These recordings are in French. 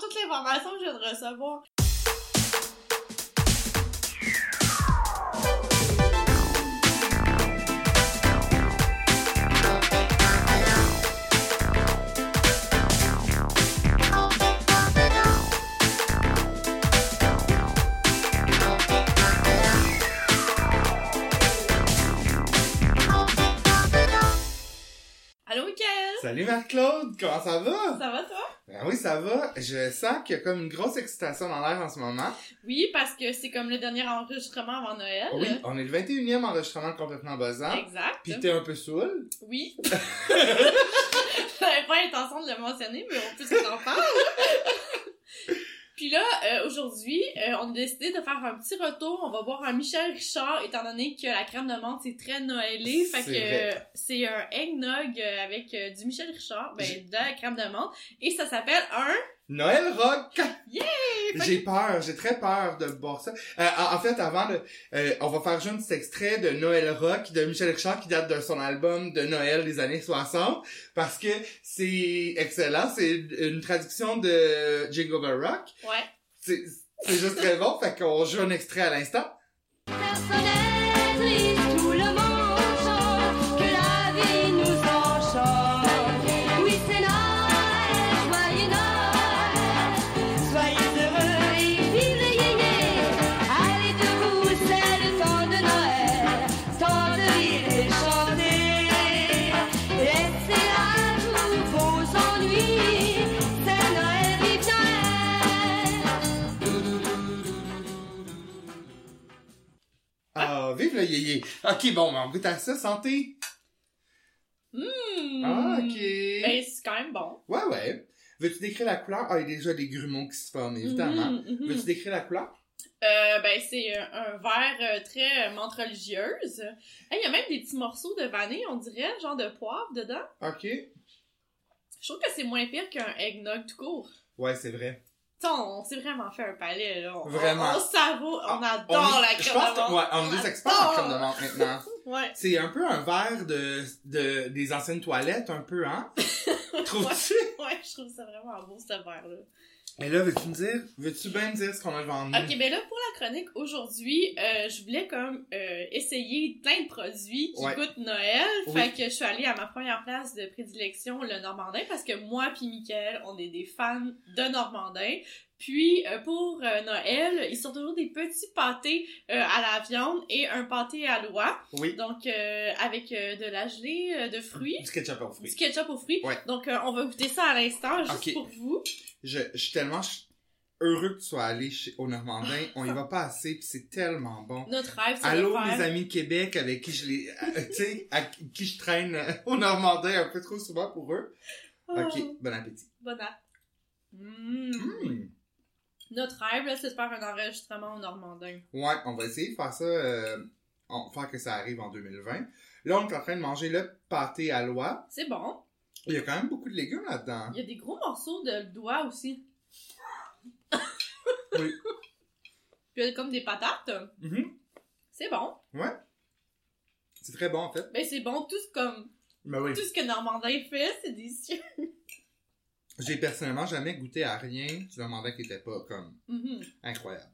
toute l'information que je viens de recevoir. Allô, Mickaël! Salut Marc-Claude, comment ça va? Ça va, toi? Ben oui, ça va. Je sens qu'il y a comme une grosse excitation dans l'air en ce moment. Oui, parce que c'est comme le dernier enregistrement avant Noël. Oui, on est le 21e enregistrement de complètement buzzant. Exact. Pis t'es un peu saoul. Oui. J'avais pas l'intention de le mentionner, mais on peut s'en parle. Puis là, euh, aujourd'hui, euh, on a décidé de faire un petit retour. On va boire un Michel Richard, étant donné que la crème de menthe, c'est très noëlé. Fait C'est que vrai. euh, c'est un eggnog euh, avec euh, du Michel Richard, ben, de la crème de menthe. Et ça s'appelle un... Noël Rock! Yeah! J'ai peur, j'ai très peur de boire ça. Euh, en en fait, avant, de, euh, on va faire juste un petit extrait de Noël Rock de Michel Richard qui date de son album de Noël des années 60 parce que c'est excellent. C'est une traduction de Jingle Bell Rock. Ouais. C'est c'est juste très bon, fait qu'on joue un extrait à l'instant. Personne triste, tout le monde chante, que la vie nous enchante. Oui, c'est Noël, joyeux Noël, soyez heureux et vivez, yé, yé. Allez debout, c'est le temps de Noël, temps de rire et chanter. Laissez à tous vos ennuis, c'est Noël, vive Noël. Ah, vive le yéyé. Ok, bon, ben, on goûte à ça, santé. Hmm. Ah, ok. Ben, c'est quand même bon. Ouais, ouais. Veux-tu décrire la couleur? Ah, il y a déjà des grumons qui se forment, évidemment. Mhm, mhm. Veux-tu décrire la couleur? Euh, ben, c'est un, un verre euh, très euh, menthe religieuse. Hey, Il y a même des petits morceaux de vanille, on dirait, genre de poivre dedans. Ok. Je trouve que c'est moins pire qu'un eggnog tout court. Ouais, c'est vrai. Tu sais, on, on s'est vraiment fait un palais, là. On, Vraiment. On, on savoure, on Ah, adore on est- la Je crème pense de que, menthe. ouais, on est des Adore. experts en crème de menthe maintenant. Ouais. C'est un peu un verre de, de, des anciennes toilettes, un peu, hein? Trouves-tu? Ouais, je trouve ça vraiment beau, ce verre-là. Et là, veux-tu me dire? Veux-tu bien me dire ce qu'on a devant nous? Ok, ben là, pour la chronique, aujourd'hui, euh, je voulais comme euh, essayer plein de produits qui Ouais. goûtent Noël. Oui. Fait que je suis allée à ma première place de prédilection, le Normandin, parce que moi puis Mickaël, on est des fans de Normandin. Puis, euh, pour euh, Noël, ils sont toujours des petits pâtés euh, à la viande et un pâté à l'oie. Oui. Donc, euh, avec euh, de la gelée euh, de fruits. Du ketchup aux Du fruits. ketchup aux fruits. Ouais. Donc, euh, on va goûter ça à l'instant, juste Ok. pour vous. Je, je suis tellement ch- heureux que tu sois allé chez, au Normandin. On y va pas assez, pis c'est tellement bon. Notre rêve, c'est de Allô, faire... mes amis de Québec avec qui je les, euh, tu sais, à qui je traîne euh, au Normandin un peu trop souvent pour eux. Ok, Oh, bon appétit. Bon app- Mm. Hmm. Notre rêve, là, c'est de faire un enregistrement au Normandin. Ouais, on va essayer de faire ça, euh, on- faire que ça arrive en 2020. Là, on est en train de manger le pâté à l'oie. C'est bon. Il y a quand même beaucoup de légumes là-dedans. Il y a des gros morceaux de doigts aussi. Oui. Puis il y a comme des patates. Mhm. C'est bon. C'est très bon, en fait. Ben, c'est bon. Tout ce, comme, Ben oui. tout ce que Normandin fait, c'est délicieux. J'ai personnellement jamais goûté à rien du Normandin qui était pas comme Mhm. incroyable.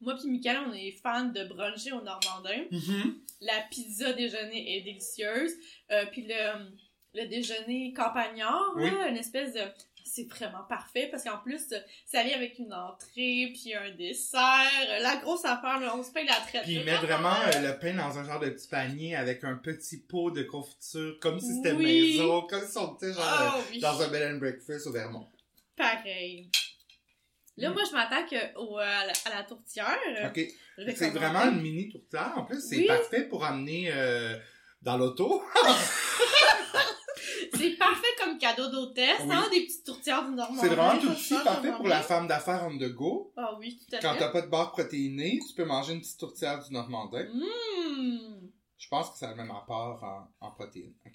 Moi puis Mickaël, on est fans de bruncher au Normandin. Mm-hmm. La pizza déjeuner est délicieuse. Euh, puis le, le déjeuner campagnard, Oui. là, une espèce de... C'est vraiment parfait parce qu'en plus, euh, ça vient avec une entrée, puis un dessert. Euh, La grosse affaire, là, on se paye la traite. Puis là. il met vraiment euh, le pain dans un genre de petit panier avec un petit pot de confiture, comme si c'était Oui. maison, comme si on était genre euh, Oh oui, dans un bed and breakfast au Vermont. pareil. Là, Mm. moi, je m'attaque euh, au- à, la, à la tourtière. Ok, Euh, Je vais c'est commencer. vraiment une mini tourtière. En plus, c'est Oui. parfait pour amener euh, dans l'auto. C'est parfait comme cadeau d'hôtesse, Oui. hein, des petites tourtières du Normandin. C'est vraiment tout ça, petit, ça, parfait ça, pour la ça. femme d'affaires on the go. Ah oui, tout à Quand fait. t'as pas de barre protéinée, tu peux manger une petite tourtière du Normandin. Mm. Je pense que ça a le même apport en, en protéines. Ok.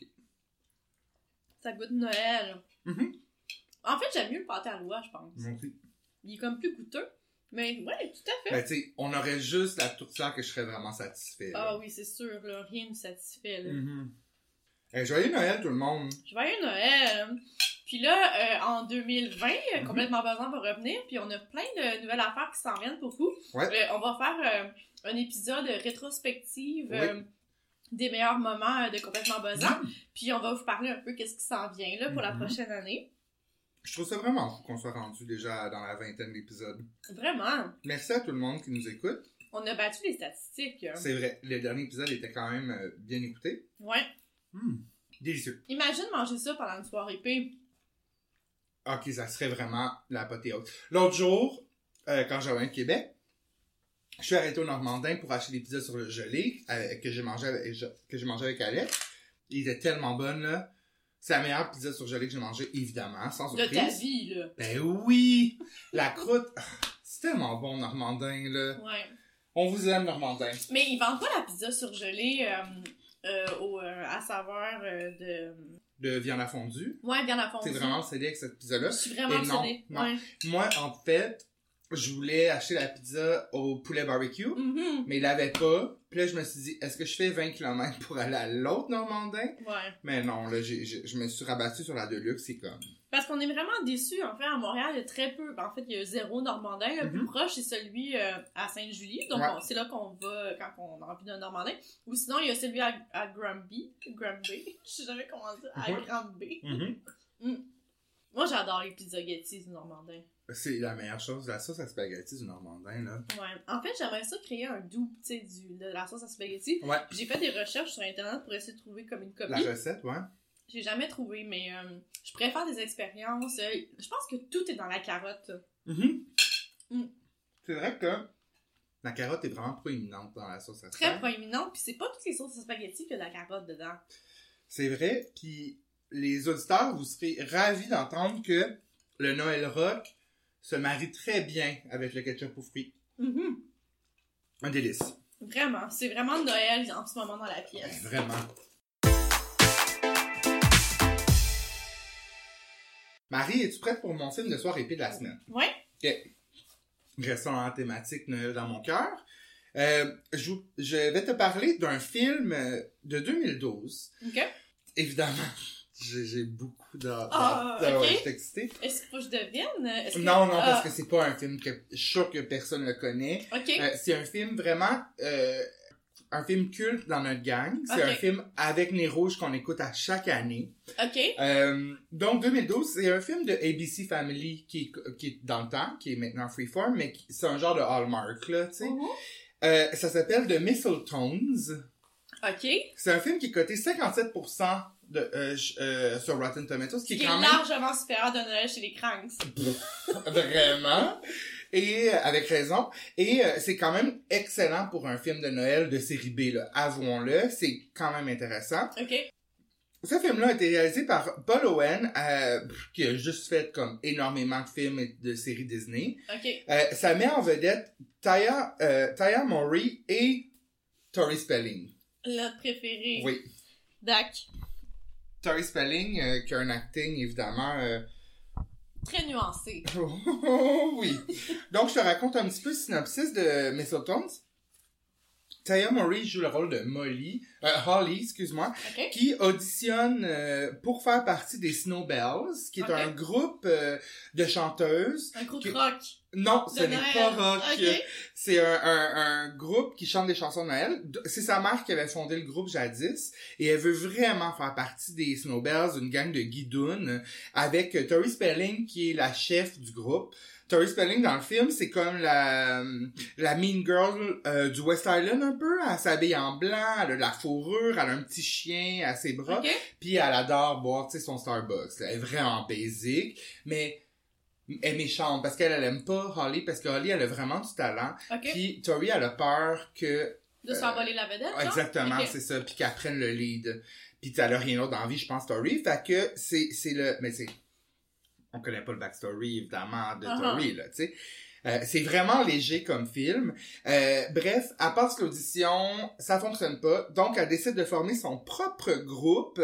Ça goûte Noël. Mhm. En fait, j'aime mieux le pâté à l'oie, je pense. Il est comme plus goûteux. Mais ouais, tout à fait. Ben, tu sais, on aurait juste la tourtière que je serais vraiment satisfait. là. Ah oui, c'est sûr, là, Mm. rien ne nous satisfait. Là. Mhm. Eh, joyeux Noël, tout le monde! Joyeux Noël! Puis là, euh, en 2020, Mm-hmm. euh, complètement basant va revenir, puis on a plein de nouvelles affaires qui s'en viennent pour vous. Ouais. Euh, on va faire euh, un épisode rétrospective Oui. Mm-hmm. euh, des meilleurs moments euh, de complètement basant, puis on va vous parler un peu qu'est-ce qui s'en vient là pour la Mhm. prochaine année. Je trouve ça vraiment fou qu'on soit rendu déjà dans la vingtaine d'épisodes. Vraiment, Merci à tout le monde qui nous écoute. on a battu les statistiques. euh. C'est vrai, le dernier épisode était quand même euh, bien écouté. Ouais. Hmm, Délicieux. Imagine manger ça pendant une soirée P. Ok, ça serait vraiment l'apothéose. L'autre jour, euh, quand j'avais un Québec, je suis arrêté au Normandin pour acheter des pizzas sur le gelé euh, que j'ai mangé avec, je- que j'ai mangé avec Alex. Ils étaient tellement bonnes, là. C'est la meilleure pizza sur gelée que j'ai mangée, évidemment, sans de surprise. ta vie, là. Ben oui! La croûte, ah, c'est tellement bon, Normandin, là. Ouais. On vous aime, Normandin. Mais ils vendent pas la pizza surgelée euh, euh, au, euh, à saveur euh, de. De viande à fondue. Ouais, bien à fond. C'est vraiment obsédé avec cette pizza-là. Je suis vraiment Et non, obsédée. non. Ouais. Moi, en fait, je voulais acheter la pizza au poulet barbecue, Mhm. mais il l'avait pas. Puis là, je me suis dit, est-ce que je fais 20 km pour aller à l'autre Normandin? Ouais. Mais non, là, j'ai- j'ai- je me suis rabattu sur la Deluxe, c'est comme... Parce qu'on est vraiment déçus. En fait, à Montréal, il y a très peu. ben, En fait, il y a zéro Normandin. Le plus Mhm. proche, c'est celui euh, à Sainte-Julie. Donc, Ouais. on- c'est là qu'on va quand on a envie d'un Normandin. Ou sinon, il y a celui à, à Granby. Granby. Je sais jamais comment dire. À Ouais. Granby. Moi, j'adore les pizzaghettis du Normandin. C'est la meilleure chose, la sauce à spaghetti du Normandin, là. Ouais. En fait, j'aimerais ça créer un double, tu sais, du- de la sauce à spaghetti. Ouais. Puis J'ai fait des recherches sur Internet pour essayer de trouver comme une La copie. recette, ouais. J'ai jamais trouvé, mais euh, je préfère des expériences. Euh, Je pense que tout est dans la carotte. euh, Mm. C'est vrai que la carotte est vraiment proéminente dans la sauce à Très spaghetti. proéminent, puis c'est pas toutes les sauces à spaghetti qu'il y a de la carotte dedans. C'est vrai, puis les auditeurs, vous serez ravis d'entendre que le Noël Rock se marie très bien avec le ketchup aux fruits. Mhm. Un délice. Vraiment, c'est vraiment Noël en ce moment dans la Ben, pièce. vraiment. Marie, es-tu prête pour mon film de soir épée de la semaine? Ouais. Ok. Restons dans la thématique Noël dans mon cœur. Euh, je, vous- je vais te parler d'un film euh, de 2012. Ok? Évidemment, j'ai j'ai beaucoup d'en- Ah, d'en- d'en- ok. ouais, je suis excitée. Est-ce qu'il faut que je devine? Est-ce que- Non, non, parce Ah, que c'est pas un film que je suis sûr que personne ne connaît. Ok, Euh, c'est un film vraiment euh, un film culte dans notre gang. Ok. C'est un film avec Nez Rouge qu'on écoute à chaque année. ok. Euh, donc 2012, c'est un film de ABC Family qui, qui est dans le temps, qui est maintenant Freeform, mais qui- c'est un genre de Hallmark là, tu sais. Mhm. Euh, ça s'appelle The Mistletones. Ok. C'est un film qui est coté 57% de, euh, ch- euh, sur Rotten Tomatoes, qui Qui est est quand même largement supérieur de Noël chez les Cranks. Vraiment. Et euh, avec raison. Et euh, c'est quand même excellent pour un film de Noël de série B, là. Avouons-le, c'est quand même intéressant. Ok. Ce film-là a été réalisé par Paul Owen, euh, qui a juste fait comme énormément de films et de séries Disney. Ok. Euh, ça met en vedette Taya, euh, Taya Mowry et Tori Spelling. Notre préféré. Oui. Dak. Tori Spelling, euh, qui a un acting évidemment euh, Très nuancé. Oh, oui. Donc, je te raconte un petit peu le synopsis de Mistletones. Taya Mori joue le rôle de Molly, euh, Holly, excuse-moi, Ok. qui auditionne euh, pour faire partie des Snowbells, qui est Ok. un groupe euh, de chanteuses. Un groupe Qui- rock. Non, ce De n'est Noël. pas rock. Ok. C'est un, un- un groupe qui chante des chansons de Noël. D- C'est sa mère qui avait fondé le groupe jadis et elle veut vraiment faire partie des Snowbells, une gang de guidounes, avec euh, Tori Spelling qui est la chef du groupe. Tori Spelling dans le film, c'est comme la, euh, la mean girl euh, du West Island un peu. Elle s'habille en blanc, elle a de la fourrure, elle a un petit chien à ses bras. Ok. Puis elle adore boire, tu sais, son Starbucks. là. Elle est vraiment basic, mais elle est méchante parce qu'elle elle aime pas Holly parce que Holly elle a vraiment du talent. Ok. Puis Tori elle a peur que De s'envoler la vedette. genre? exactement Ok. c'est ça, puis qu'elle prenne le lead. Puis elle a rien d'autre envie, je pense Tori. Fait que c'est c'est le mais c'est on connaît pas le backstory évidemment de Uh-huh. Tori là, tu sais. Euh, c'est vraiment léger comme film. Euh, bref, à part que l'audition, ça fonctionne pas. Donc, elle décide de former son propre groupe.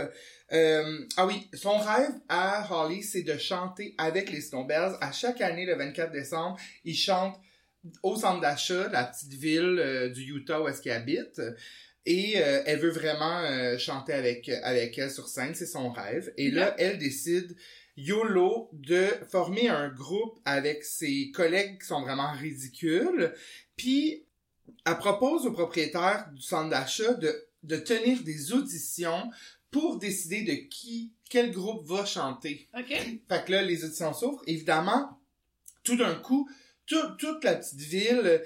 Euh, ah oui, son rêve à Holly, c'est de chanter avec les Snowbells. À chaque année, le 24 décembre, ils chantent au centre d'achat, de la petite ville euh, du Utah où est-ce qu'ils habitent. Et euh, elle veut vraiment euh, chanter avec, avec elle sur scène, c'est son rêve. Et là, elle décide, YOLO, de former un groupe avec ses collègues qui sont vraiment ridicules. Puis, elle propose au propriétaire du centre d'achat de, de tenir des auditions pour décider de qui, quel groupe va chanter. OK? Fait que là, les auditions s'ouvrent. Évidemment, tout d'un coup, tout- toute la petite ville euh,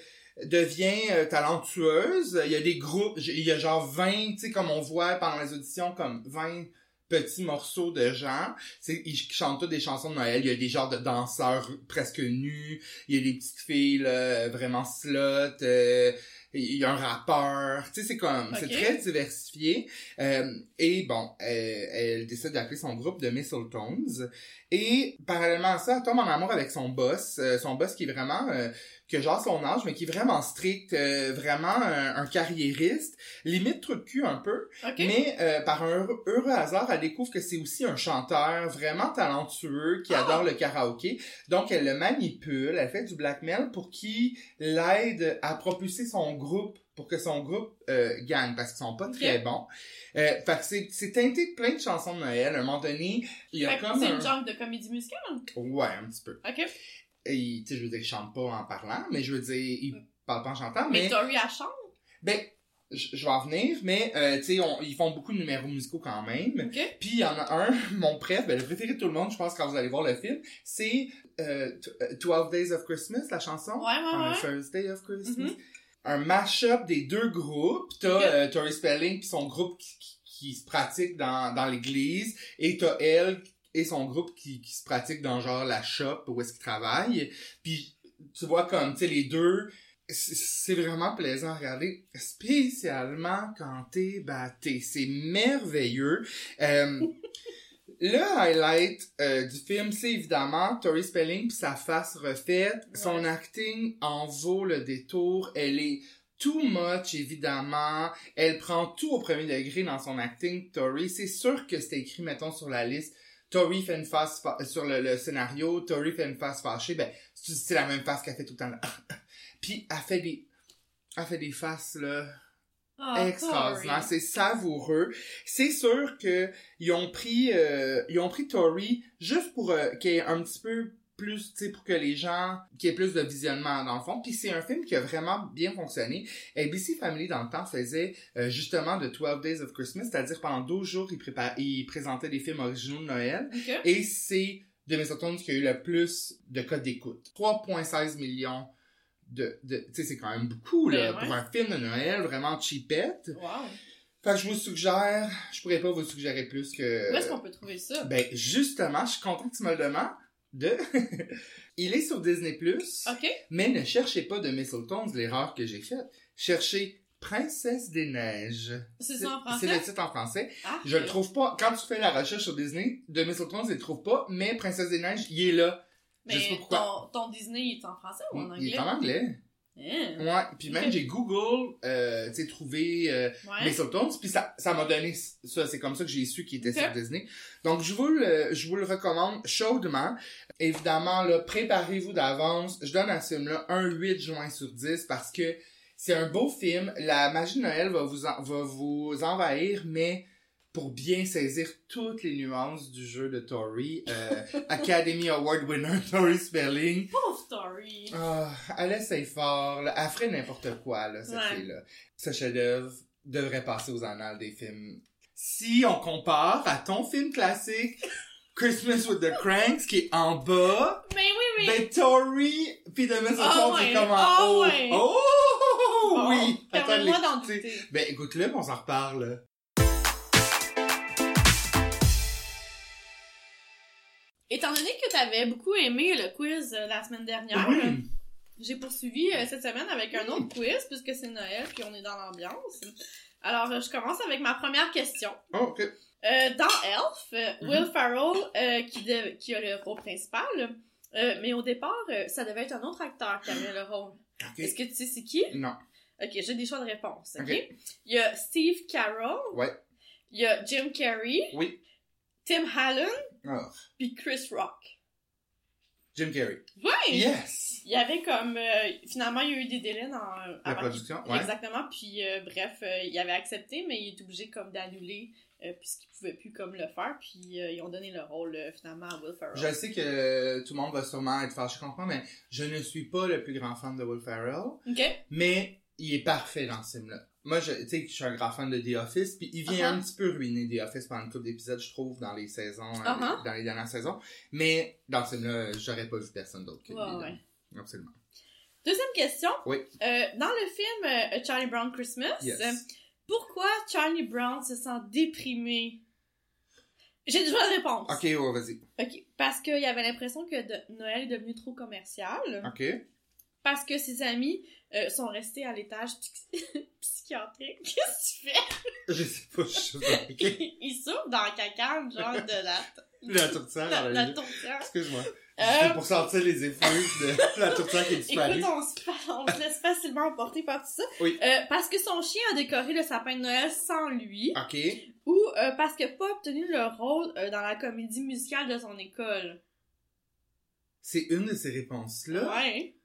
devient euh, talentueuse. Il y a des groupes, j- il y a genre 20, tu sais, comme on voit pendant les auditions, comme 20 petits morceaux de gens. C'est- Ils ch- chantent tous des chansons de Noël. Il y a des genres de danseurs presque nus. Il y a des petites filles là, vraiment slottes. euh, il y a un rappeur. Tu sais, c'est comme... Ok. C'est très diversifié. Euh, et bon, euh, elle décide d'appeler son groupe de Mistletones. Et parallèlement à ça, elle tombe en amour avec son boss, euh, son boss qui est vraiment euh, que genre son âge, mais qui est vraiment strict, euh, vraiment un, un carriériste, limite trou de cul un peu. OK? Mais euh, par un heureux, heureux hasard, elle découvre que c'est aussi un chanteur vraiment talentueux qui Ah! adore le karaoké. Donc elle le manipule, elle fait du blackmail pour qu'il l'aide à propulser son groupe pour que son groupe euh, gagne parce qu'ils sont pas très bons. Euh, fait que c'est- c'est teinté de plein de chansons de Noël. À un moment donné, il y a Fait que comme c'est un... une genre de comédie musicale? Ouais, un petit peu. OK? Et, il- tu sais, je veux dire, il chante pas en parlant, mais je veux dire, il parle pas en chantant, Mais mais... Tori, elle chante? Ben, je je vais en venir, mais, euh, tu sais, on- ils font beaucoup de numéros musicaux quand même. OK? Puis, il y en a un, mon préf, ben, le préféré de tout le monde, je pense, quand vous allez voir le film, c'est euh, Tw- euh, 12 Days of Christmas, la chanson. Ouais, ouais, On ouais. Mm-hmm. a Thursday of Christmas. Un mash-up des deux groupes. T'as Ok. euh, Tori Spelling puis son groupe qui, qui- qui se pratique dans, dans l'église. Et t'as elle et son groupe qui, qui se pratique dans genre la shop où est-ce qu'ils travaillent. Puis tu vois comme, tu sais, les deux... c- C'est vraiment plaisant à regarder, spécialement quand t'es batté. C'est merveilleux. Euh, le highlight euh, du film, c'est évidemment Tori Spelling puis sa face refaite. Son acting en vaut le détour. Elle est too much, évidemment. Elle prend tout au premier degré dans son acting, Tori. C'est sûr que c'était écrit, mettons, sur la liste. Tori fait une face fa- sur le, le scénario. Tori fait une face fâchée. Ben, c'est c'est la même face qu'elle fait tout le temps. là. puis elle fait des, elle fait des faces là Ah, extraordinaire, Tori. c'est savoureux. C'est sûr que ils ont pris euh, ils ont pris Tori juste pour euh, qu'il y ait un petit peu plus, tu sais, pour que les gens, qu'il y ait plus de visionnement dans le fond. Puis c'est un film qui a vraiment bien fonctionné. ABC Family, dans le temps, faisait euh, justement de 12 Days of Christmas, c'est-à-dire pendant 12 jours, ils, prépa- ils présentaient des films originaux de Noël. OK? Et c'est de Mistletoe qui a eu le plus de codes d'écoute. 3,16 millions de... de tu sais, c'est quand même beaucoup, là, Ben ouais. pour un film de Noël, vraiment cheapette. Wow. Fait que je vous suggère... Je pourrais pas vous suggérer plus que... Où est-ce qu'on peut trouver ça? Ben, justement, je suis content que tu me le demandes. De... Il est sur Disney+, OK? mais ne cherchez pas de Mistletoe, l'erreur que j'ai faite. Cherchez Princesse des Neiges. C'est ça en C'est le français? titre en français. Ah, Je le trouve pas. Quand tu fais la recherche sur Disney, de Mistletoe, je le trouve pas, mais Princesse des Neiges, il est là. Mais je sais pas pourquoi. Ton, ton Disney, il est en français ou en anglais? Il est en anglais. Hein? Ouais. Puis même, Ok. j'ai Google, euh, tu sais, trouvé euh, Ouais. Mistletoe, puis ça ça m'a donné ça. C'est comme ça que j'ai su qu'il était Ok. sur Disney. Donc, je vous le, je vous le recommande chaudement. Évidemment, là, préparez-vous d'avance. Je donne à ce film-là un 8 juin sur 10 parce que c'est un beau film. La magie de Noël va vous, en- va vous envahir, mais pour bien saisir toutes les nuances du jeu de Tori, euh, Academy Award winner Tori Spelling. Pauvre Tori. Ah, elle essaye fort, là. elle ferait n'importe quoi, là, cette Ouais. fille-là. Ce chef-d'œuvre devrait passer aux annales des films. Si on compare à ton film classique, Christmas with the Cranks, qui est en bas, Mais oui, mais... ben Tori puis The Mistletoe, Ah c'est ouais, comme en ah haut. ouais. Oh, Bon, oui! Permets-moi d'en l'écouter. douter. Ben écoute-le, puis on s'en reparle. Étant donné que t'avais beaucoup aimé le quiz euh, la semaine dernière, euh, Oui. j'ai poursuivi euh, cette semaine avec un autre quiz, puisque c'est Noël, puis on est dans l'ambiance. Alors, euh, je commence avec ma première question. Oh, ok. Euh, dans Elf, euh, Mhm. Will Farrell, euh, qui, de- qui a le rôle principal, euh, mais au départ, euh, ça devait être un autre acteur qui avait le rôle. Ok. Est-ce que tu sais c'est qui? Non. Ok, j'ai des choix de réponse. ok? Ok. Il y a Steve Carroll. Ouais. Il y a Jim Carrey. Oui. Tim Allen. Ah. Puis Chris Rock. Jim Carrey. Ouais! Yes! Il y avait comme. euh, finalement, il y a eu des délais dans. avant La qu'il- production, ouais. Exactement. Puis, euh, bref, euh, il avait accepté, mais il est obligé comme d'annuler, euh, puisqu'il pouvait plus comme le faire. Puis, euh, ils ont donné le rôle euh, finalement à Will Ferrell. Je sais que tout le monde va sûrement être fâché contre moi, mais je ne suis pas le plus grand fan de Will Ferrell, Ok? mais il est parfait dans ce film-là. Moi, je, tu sais, que je suis un grand fan de The Office, puis il vient Uh-huh. un petit peu ruiner The Office pendant une couple d'épisodes, je trouve, dans les saisons, euh, Uh-huh. dans les dernières saisons. Mais dans ce film-là, euh, j'aurais pas vu personne d'autre que lui. Ouais, là. ouais. Absolument. Deuxième question. Oui. Euh, dans le film euh, A Charlie Brown Christmas, Yes. euh, pourquoi Charlie Brown se sent déprimé? J'ai déjà la réponse. Ok, ouais, vas-y. Ok. Parce qu'il avait l'impression que de- Noël est devenu trop commercial. Ok. parce que ses amis euh, sont restés à l'étage psy- psychiatrique. Qu'est-ce que tu fais? Je sais pas, je sais pas. Ok. Ils souffrent dans la cacane, genre de la, La tourtière, la, elle la a eu- tourtière. Excuse-moi. Euh, C'est pour sortir les effluves de la tourtière qui est disparue. Écoute, on se, fa- on se laisse facilement emporter par tout ça. Oui. Euh, parce que son chien a décoré le sapin de Noël sans lui, Ok. ou euh, parce que pas obtenu le rôle euh, dans la comédie musicale de son école. C'est une de ces réponses-là. Ouais,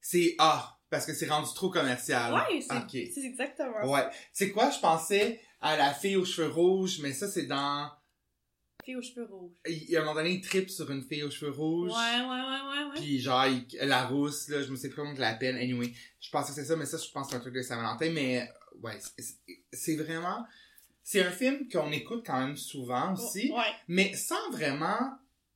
C'est A, parce que c'est rendu trop commercial. ouais, c'est Ah, Ok. c'est exactement ça. Ouais. C'est quoi, je pensais à la fille aux cheveux rouges, mais ça, c'est dans... Fille aux cheveux rouges. Il, à un moment donné, il tripe sur une fille aux cheveux Ouais, rouges. ouais, ouais, ouais, ouais. Puis genre, il- la rousse, là, je me sais plus comment je l'appelle. Anyway, je pensais que c'est ça, mais ça, je pense que c'est un truc de Saint-Valentin. Mais euh, ouais, c'est- c'est- c'est vraiment... C'est un film qu'on écoute quand même souvent Oh, aussi, Ouais. mais sans vraiment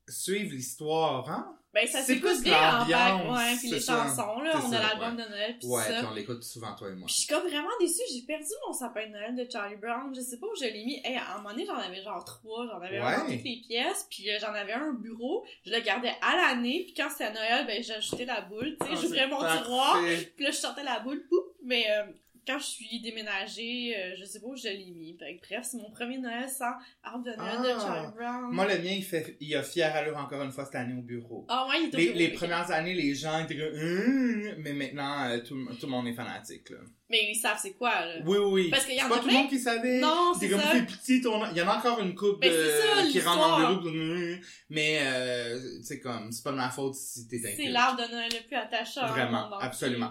suivre l'histoire, hein? Ben, ça C'est s'écoute plus bien en l'ambiance, bac, ouais, puis c'est les ça. chansons, là, C'est on ça, a l'album de Noël, puis Ouais, ça. puis on l'écoute souvent, toi et moi. Puis je suis comme vraiment déçue, j'ai perdu mon sapin de Noël de Charlie Brown, je sais pas où je l'ai mis. Hey, à un moment donné, j'en avais genre trois, j'en avais un dans Ouais. toutes les pièces, puis euh, j'en avais un au bureau, je le gardais à l'année, puis quand c'était à Noël, ben j'ajoutais la boule, tu sais, Ah, j'ouvrais mon tiroir, puis là je sortais la boule, pouf, mais euh, quand je suis déménagée, euh, je sais pas où je l'ai mis. Fait que bref, c'est mon premier Noël sans arbre de Noël de Ah. Charlie Brown. Moi, le mien, il, fait, il a fière allure encore une fois cette année au bureau. Ah ouais, il est au Les, bureau, les ok. premières années, les gens étaient comme, Hum, mais maintenant, euh, tout, tout le monde est fanatique. Là. Mais ils savent c'est quoi, là. Oui, oui. Euh, Parce qu'il y C'est en pas a tout le plein monde qui savait. Non, C'est c'est comme ça. fait pitié ton. Il y en a encore une coupe Mais c'est ça, qui rentre dans l'histoire. le groupe. Hum, Mais euh, c'est comme, c'est pas de ma faute si t'es C'est inquiet. l'arbre de Noël le plus attachant. Vraiment, Donc, absolument.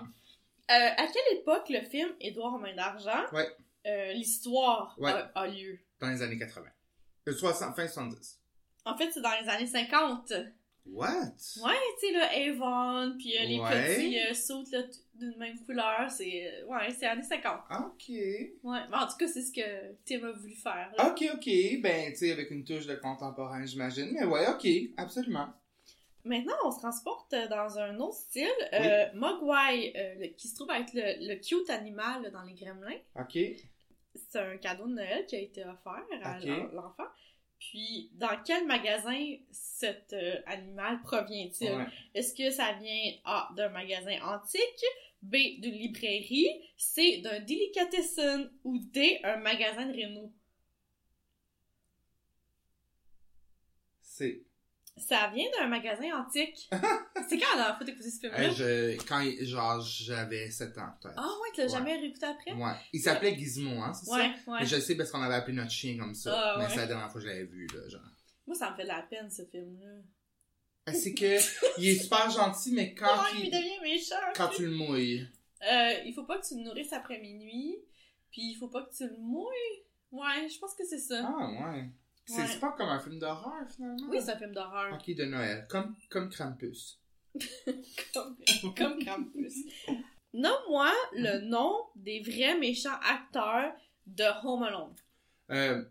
euh, à quelle époque le film Édouard en main d'argent, Ouais. euh, l'histoire Ouais. a, a lieu? Dans les années 80. Euh, 60, fin 70. En fait, c'est dans les années 50. Ouais, What? tu sais, là, Avon, puis euh, les Ouais. petits euh, sautes là, t- d'une même couleur, c'est... euh, ouais, c'est années 50. Ok. Ouais, mais en tout cas, c'est ce que Tim a voulu faire. là. Ok, ok. Ben, tu sais, avec une touche de contemporain, j'imagine. Mais ouais, ok, absolument. Maintenant, on se transporte euh, dans un autre style. Euh, Mogwai, euh, le- qui se trouve être le, le cute animal là, dans les Gremlins. Ok. c'est un cadeau de Noël qui a été offert à Ok. l'en- l'enfant. Puis, dans quel magasin cet euh, animal provient-il? Ouais. Est-ce que ça vient A, d'un magasin antique, B, d'une librairie, C, d'un délicatessen ou D, un magasin de Renault? C'est Ça vient d'un magasin antique. c'est quand la dernière fois que t'as écouté ce film-là? Hey, je, quand il- genre j'avais 7 ans peut-être. Ah ouais, tu l'as Ouais. jamais réécouté après? ouais. Il s'appelait Gizmo hein, c'est ça. Ouais, ouais. Mais je sais parce qu'on avait appelé notre chien comme ça. Ah, mais ouais. c'est la dernière fois que je l'avais vu là, genre. Moi, ça me fait de la peine, ce film-là. Ah, C'est que il est super gentil mais quand Oh, il il, devient méchant! quand tu le mouilles. Euh, il faut pas que tu le nourrisses après minuit, puis il faut pas que tu le mouilles. Ouais, je pense que c'est ça. Ah ouais. C'est Ouais. c'est pas comme un film d'horreur finalement. Oui, c'est un film d'horreur. Ok de Noël comme comme Krampus. Comme, comme Krampus. Nomme-moi le nom des vrais méchants acteurs de Home Alone. Euh,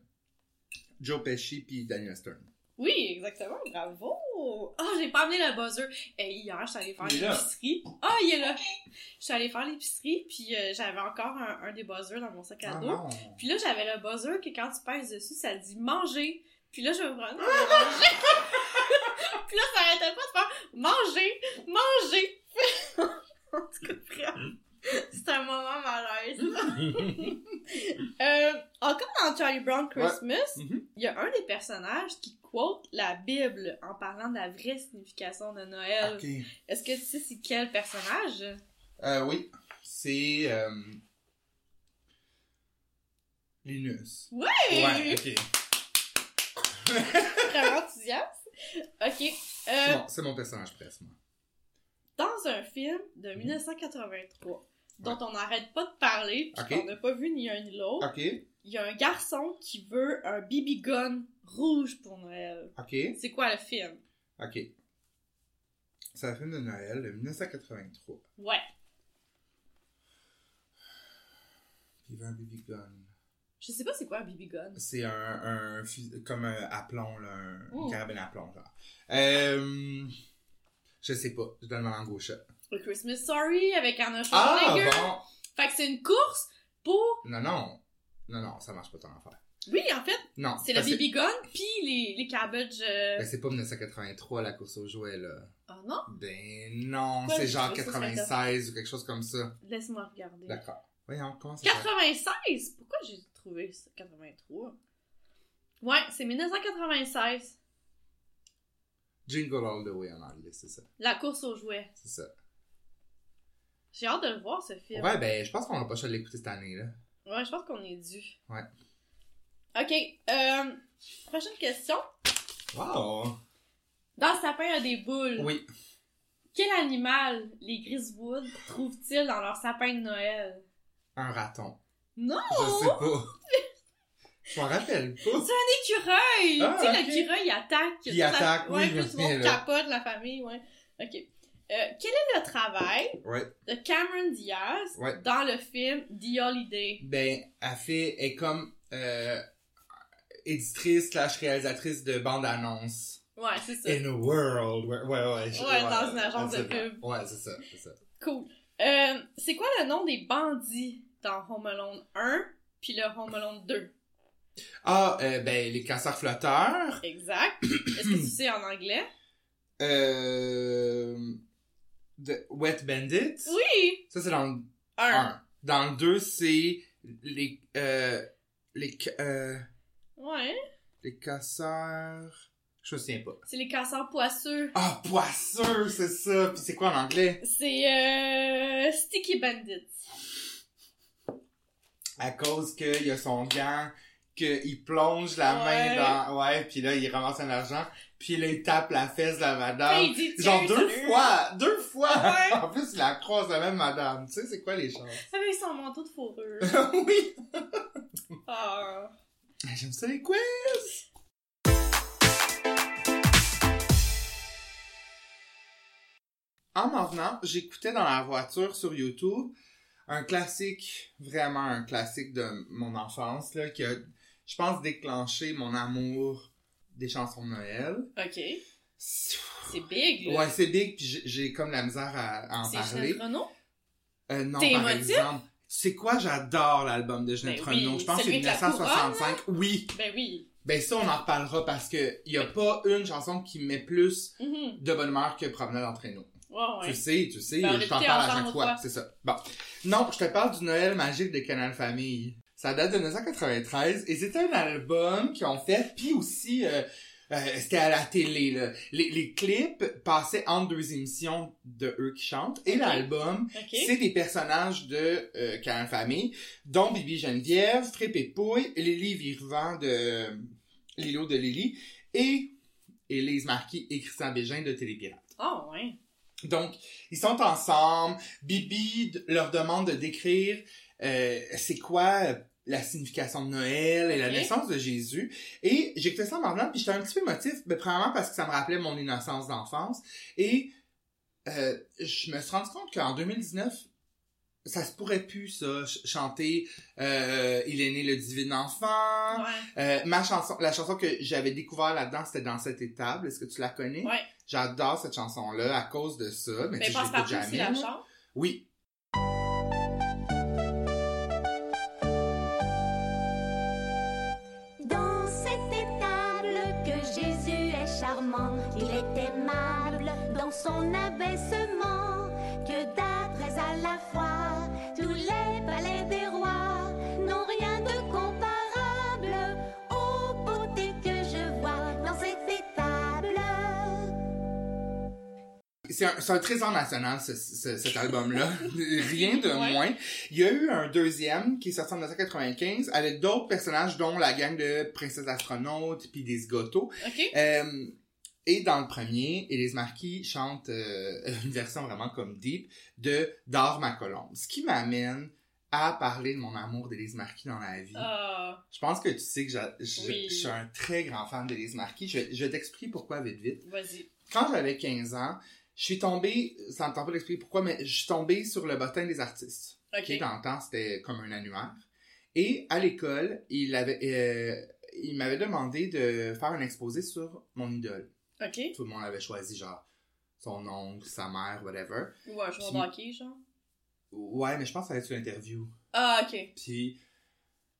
Joe Pesci puis Daniel Stern. Oui, exactement, bravo! Ah, j'ai pas amené le buzzer. Euh, hier, je suis allée faire Il est là. l'épicerie. Ah, il est là! Je suis allée faire l'épicerie, puis euh, j'avais encore un, un des buzzers dans mon sac à Ah dos. non. Puis là, j'avais le buzzer que quand tu pèses dessus, ça dit manger. Puis là, je me prenais. Puis là, ça arrêtait pas de faire manger, manger. en tout cas, bref. C'est un moment malaise. Euh, encore dans Charlie Brown Christmas, il Mhm. y a un des personnages qui quote la Bible en parlant de la vraie signification de Noël. ok. Est-ce que tu sais c'est quel personnage? Euh, oui. C'est euh... Linus. Ouais! Ouais, ok. Vraiment enthousiaste. Ok. Euh, Bon, c'est mon personnage presque. moi. dans un film de Mhm. 1983 dont on n'arrête pas de parler, puis Ok. Ah. qu'on n'a pas vu ni un ni l'autre, Ok, il y a un garçon qui veut un BB gun rouge pour Noël. ok, C'est quoi le film? ok. C'est un film de Noël de 1983. Ouais, Il veut un BB gun. je sais pas c'est quoi un BB gun. C'est un, un fus- comme un à plomb, là, un une Oh. carabine à plomb, genre. Euh, je sais pas, je donne ma langue au chat. A Christmas Story avec Arnold Ah, Schwarzenegger. bon! Fait que c'est une course pour... Non, non. Non, non, ça marche pas ton affaire. Oui, en fait, Non, c'est le parce que- BB gun puis les, les cabbage... euh, Ben, c'est pas 1983, la course aux jouets, là. Oh non, Ben, non, Quoi, c'est je- genre je- 96 ou quelque chose comme ça. laisse-moi regarder. D'accord. Voyons, comment ça s'appelle? 96? Pourquoi j'ai trouvé ça? 83? Ouais, c'est 1996. Jingle All the Way en anglais, c'est ça. La course aux jouets. C'est ça. J'ai hâte de le voir, ce film. Ouais, ben, je pense qu'on n'a pas choisi de l'écouter cette année, là. Ouais, je pense qu'on est dû. Ouais. Ok, euh, prochaine question. Wow! Dans le sapin à des boules, Oui. quel animal les Griswood trouvent-ils dans leur sapin de Noël? Un raton. Non! Je sais pas. je m'en rappelle pas. Écureuil! Ah, tu sais, ok. le cureuil il attaque. Il Toute la- attaque, oui, ouais, je me plus tout le monde souviens, là. capote, la famille, ouais. Ok. Euh, quel est le travail Ouais. de Cameron Diaz Ouais. dans le film The Holiday? Ben, elle fait, elle est comme euh, éditrice slash réalisatrice de bande-annonce. Ouais, c'est ça. In a world where... Ouais, ouais. je- Ouais, dans une agence de absolument. pub. Ouais, c'est ça, c'est ça. Cool. Euh, c'est quoi le nom des bandits dans Home Alone 1 puis le Home Alone 2? Ah, euh, ben, les casseurs-flotteurs. Exact. Est-ce que tu sais en anglais? Euh... The Wet Bandit. Oui! Ça, c'est dans le Un. 1. Dans le 2, c'est les... Euh, les... ca- Euh, Ouais. les casseurs... Je me souviens pas. C'est les casseurs poisseux. Ah, poisseux, c'est ça. Puis c'est quoi en anglais? C'est euh, Sticky Bandits. À cause qu'il y a son gant, qu'il plonge la Ouais. main dans... Ouais, puis là, il ramasse un argent. Puis là, il tape la fesse de la Là, madame. il dit, Euh, Genre Tiens, deux salut. fois! Deux fois! Ouais. En plus, il la croise la même madame. Tu sais, c'est quoi les choses? Avec son manteau de fourrure. oui! Ah. J'aime ça les quiz! En m'en venant, j'écoutais dans la voiture sur YouTube un classique, vraiment un classique de mon enfance, là, qui a, je pense, déclenché mon amour des chansons de Noël. Ok. C'est big, là. Ouais, c'est big, puis j'ai- j'ai comme la misère à, à en C'est parler. Gisèle Renaud? Euh, non, T'es par émotif? exemple. C'est quoi, j'adore l'album de Jeannette Ben oui, Renaud. Je pense que c'est celui avec la 1965. Oui. Ben oui. Ben ça, on en reparlera parce que il y a pas une chanson qui met plus Mhm. de bonne humeur que Promenade entre nous. Ouais, ouais. Tu sais, tu sais, Ben, on je t'en l'écoutait parle à ensemble chaque l'autre fois, fois. c'est ça. Bon. Non, je te parle du Noël magique de Canal Famille. Ça date de 1993 et c'était un album qu'ils ont fait, puis aussi, euh, euh, c'était à la télé. là. Les, les clips passaient entre deux émissions de eux qui chantent et Ok. l'album Ok. c'est des personnages de euh, Canal Famille, dont Bibi Geneviève, Frippe et Pouille, Lily Virvant de euh, L'îlot de Lily et Élise Marquis et Christian Bégin de Télépirate. Ah, ouais. Donc, ils sont ensemble. Bibi d- leur demande de décrire euh, c'est quoi euh, la signification de Noël et la Ok. naissance de Jésus. Et j'écoutais ça en m'en venant, puis j'étais un petit peu motif, mais premièrement parce que ça me rappelait mon innocence d'enfance. Et euh, je me suis rendu compte qu'en 2019, ça se pourrait plus, ça, ch- chanter euh, Il est né le divin enfant. Ouais. Euh, ma chanson, la chanson que j'avais découvert là-dedans, c'était dans cette étable. Est-ce que tu la connais? Ouais. J'adore cette chanson-là à cause de ça, Mais mais, tu sais, je Ben, passe l'écoute par aussi jamais. la là. chante. Oui. Dans cette étable que Jésus est charmant, il est aimable dans son abaissement, que d'après à la fois, tous les palais des rois n'ont rien de comparable aux beautés que je vois dans cette étable. C'est un, c'est un trésor national, ce- ce- cet album-là. Rien de Ouais. moins. Il y a eu un deuxième qui est sorti en 1995 avec d'autres personnages, dont la gang de Princesse Astronaute puis des Gotos. Ok. Euh, Et dans le premier, Élise Marquis chante euh, une version vraiment comme deep de Dors ma colombe. Ce qui m'amène à parler de mon amour d'Élise Marquis dans la vie. Ah, Je pense que tu sais que j'a- je, Oui. je suis un très grand fan d'Élise Marquis. Je, vais- je vais t'expliquer pourquoi vite vite. vas-y. Quand j'avais 15 ans, je suis tombée, ça me tente pas d'expliquer pourquoi, mais je suis tombée sur le bottin des artistes. Ok. Qui, dans le temps, c'était comme un annuaire. Et à l'école, il avait, euh, il m'avait demandé de faire un exposé sur mon idole. Ok. Tout le monde avait choisi, genre, son oncle, sa mère, whatever. Ou un joueur Puis- d'hockey, genre. Ouais, mais je pense que ça allait être une interview. Ah, ok. Puis,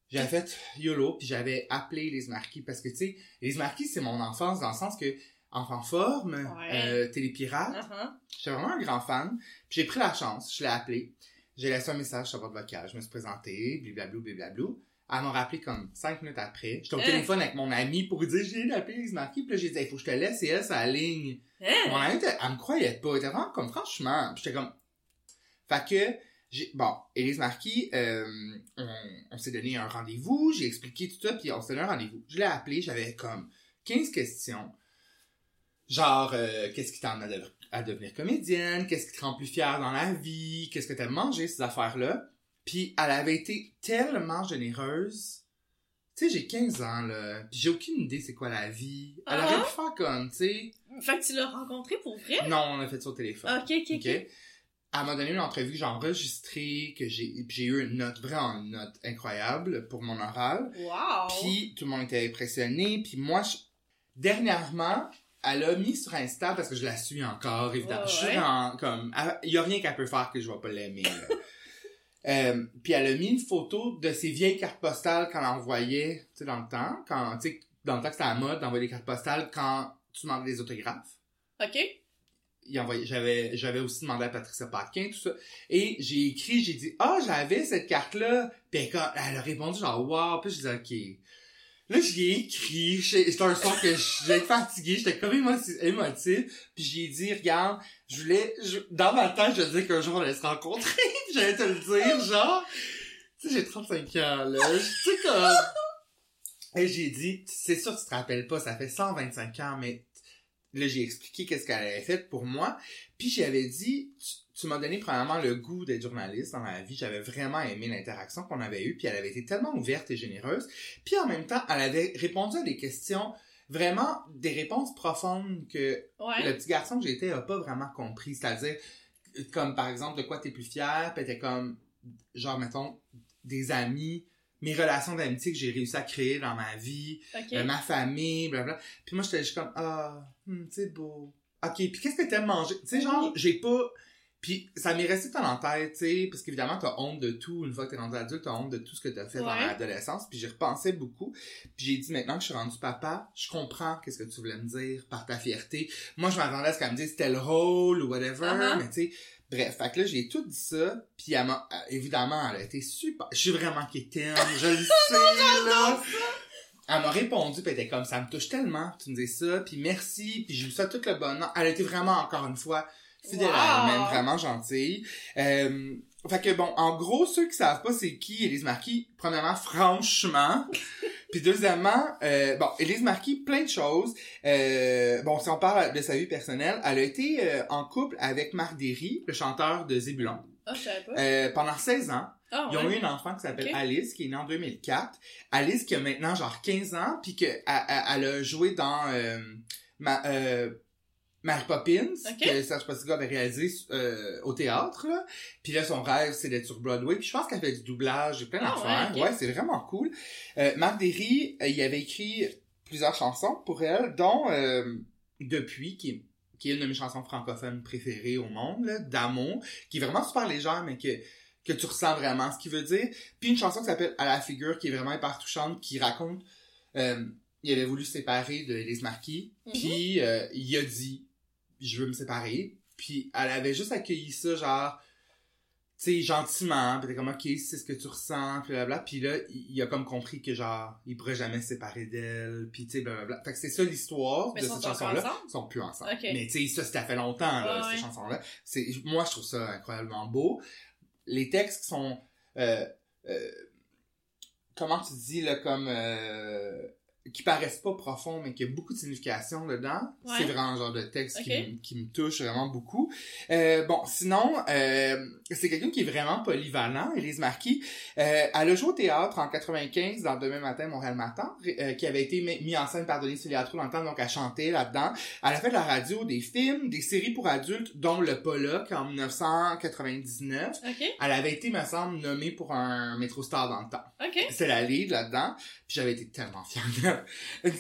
j'avais fait YOLO, puis j'avais appelé les Marquis. Parce que, tu sais, les Marquis, c'est mon enfance, dans le sens que, enfant forme, Ouais. euh, télépirate, Uh-huh. J'étais vraiment un grand fan. Puis j'ai pris la chance, je l'ai appelée. J'ai laissé un message sur votre vocal. Je me suis présenté, blablabla, blablabla. Elle m'a rappelé comme cinq minutes après. J'étais au Hein? téléphone avec mon ami pour lui dire j'ai l'appelé, il se marquait. Puis là, j'ai dit, il faut que je te laisse et elle, ça ligne. Hein? Mon ami, était- elle me croyait pas. Elle était vraiment comme, franchement. Puis j'étais comme. Fait que, j'ai, bon, Élise Marquis, euh, on, on s'est donné un rendez-vous. J'ai expliqué tout ça, puis on s'est donné un rendez-vous. Je l'ai appelée, j'avais comme 15 questions. Genre, euh, qu'est-ce qui t'emmène à, dev- à devenir comédienne? Qu'est-ce qui te rend plus fière dans la vie? Qu'est-ce que t'aimes manger? Ces affaires-là. Puis elle avait été tellement généreuse. Tu sais, j'ai 15 ans, là. Puis j'ai aucune idée c'est quoi la vie. Elle aurait pu faire comme, tu sais. Fait que tu l'as rencontré pour vrai? Non, on a fait ça au téléphone. Ok, Ah, ok, ok. OK? Elle m'a donné une entrevue que j'ai enregistrée, que j'ai puis j'ai eu une note, vraiment une note incroyable pour mon oral. Wow! Puis tout le monde était impressionné. Puis moi, je- dernièrement, elle a mis sur Insta, parce que je la suis encore, évidemment. Ouais, Je suis ouais. en- comme... elle- Il y a rien qu'elle peut faire que je vais pas l'aimer, là. Euh, puis elle a mis une photo de ses vieilles cartes postales qu'elle envoyait, tu sais, dans le temps, quand, tu sais, dans le temps que c'était à la mode d'envoyer des cartes postales quand tu demandes des autographes Ok. il envoyait- j'avais j'avais aussi demandé à Patricia Paquin tout ça et j'ai écrit j'ai dit ah j'avais cette carte là puis elle, elle a répondu genre wow puis je dis ok là j'ai écrit j'ai- c'était un son que j'étais fatigué j'étais comme émo- émotif puis j'ai dit regarde je voulais je- dans ma tête je disais qu'un jour on allait se rencontrer puis j'allais te le dire genre tu sais j'ai 35 ans là tu sais comme et j'ai dit c'est sûr que tu te rappelles pas ça fait 125 ans mais là j'ai expliqué qu'est-ce qu'elle avait fait pour moi puis j'avais dit tu, tu m'as donné premièrement le goût d'être journaliste dans ma vie j'avais vraiment aimé l'interaction qu'on avait eue puis elle avait été tellement ouverte et généreuse puis en même temps elle avait répondu à des questions vraiment des réponses profondes que Ouais. le petit garçon que j'étais a pas vraiment compris c'est-à-dire comme par exemple de quoi t'es plus fier puis elle était comme genre mettons des amis mes relations d'amitié que j'ai réussi à créer dans ma vie Ok. euh, ma famille, blablabla. Puis moi, j'étais juste comme, ah, hmm, c'est beau. Ok, puis qu'est-ce que t'aimes manger? Tu sais, genre, j'ai pas... Puis ça m'est resté dans la tête, tu sais, parce qu'évidemment, t'as honte de tout. Une fois que t'es rendu adulte, t'as honte de tout ce que t'as fait dans Ouais. l'adolescence. Puis j'y repensais beaucoup. Puis j'ai dit, maintenant que je suis rendu papa, je comprends qu'est-ce que tu voulais me dire par ta fierté. Moi, je m'attendais à ce qu'elle me dise tel rôle ou whatever, Uh-huh. mais tu sais... Bref, fait que là, j'ai tout dit ça, puis elle m'a- euh, évidemment, elle a été super... Je suis vraiment quétaine, je le sais, là! Elle m'a répondu, puis elle était comme, ça me touche tellement, que tu me dis ça, puis merci, puis j'ai eu ça tout le bonheur. Elle était vraiment, encore une fois, fidèle à Wow. elle-même, vraiment gentille. Euh, fait que bon, en gros, ceux qui savent pas c'est qui Élise Marquis, premièrement, franchement, puis deuxièmement, euh, bon, Élise Marquis, plein de choses. Euh, bon, si on parle de sa vie personnelle, elle a été euh, en couple avec Marc Derry, le chanteur de Zébulon, Ah, je savais pas. euh, pendant 16 ans. Ah, Ils ont ouais. eu un enfant qui s'appelle Ok. Alice, qui est née en 2004. Alice qui a maintenant genre 15 ans, puis que elle, elle- elle a joué dans euh, ma, euh, Mary Poppins, Ok. que Serge Postiga avait réalisé euh, au théâtre. là. Puis là, son rêve, c'est d'être sur Broadway. Puis je pense qu'elle fait du doublage et plein Ah, d'affaires. ouais, Ouais, ok. c'est vraiment cool. Euh, Marc Derry, euh, il avait écrit plusieurs chansons pour elle, dont euh, Depuis, qui est qui est une de mes chansons francophones préférées au monde, là, d'amour, qui est vraiment super légère, mais que, que tu ressens vraiment ce qu'il veut dire. Puis une chanson qui s'appelle À la figure, qui est vraiment hyper touchante, qui raconte, euh, il avait voulu se séparer de Elise Marquis, Mhm. puis euh, il a dit, je veux me séparer, puis elle avait juste accueilli ça, genre, tu sais, gentiment, puis t'es comme, ok, c'est ce que tu ressens, puis blablabla, puis là, il il a comme compris que, genre, il pourrait jamais se séparer d'elle, puis tu sais, blablabla. Fait que c'est ça l'histoire Mais de ils cette sont encore chanson-là ensemble? sont plus ensemble. Ok. Mais tu sais, ça, ça fait longtemps, là, Ouais, ces ouais. chansons-là. C'est, moi, je trouve ça incroyablement beau. Les textes qui sont, euh, euh, comment tu dis, là, comme, euh, qui paraissent pas profonds, mais qui a beaucoup de signification dedans. Ouais. C'est vraiment le genre de texte qui Ok. me- qui, me touche vraiment beaucoup. Euh, bon, sinon, euh, c'est quelqu'un qui est vraiment polyvalent, Élise Marquis. Euh, elle a joué au théâtre en 95 dans Demain matin, Montréal matin, euh, qui avait été mi- mis en scène par Denis Filiatro dans le temps, donc elle chantait là-dedans. Elle a fait de la radio, des films, des séries pour adultes, dont Le Pollock en 1999. OK? Elle avait été, me semble, nommée pour un métro star dans le temps. OK? C'est la lead là-dedans. Puis j'avais été tellement fière d'elle.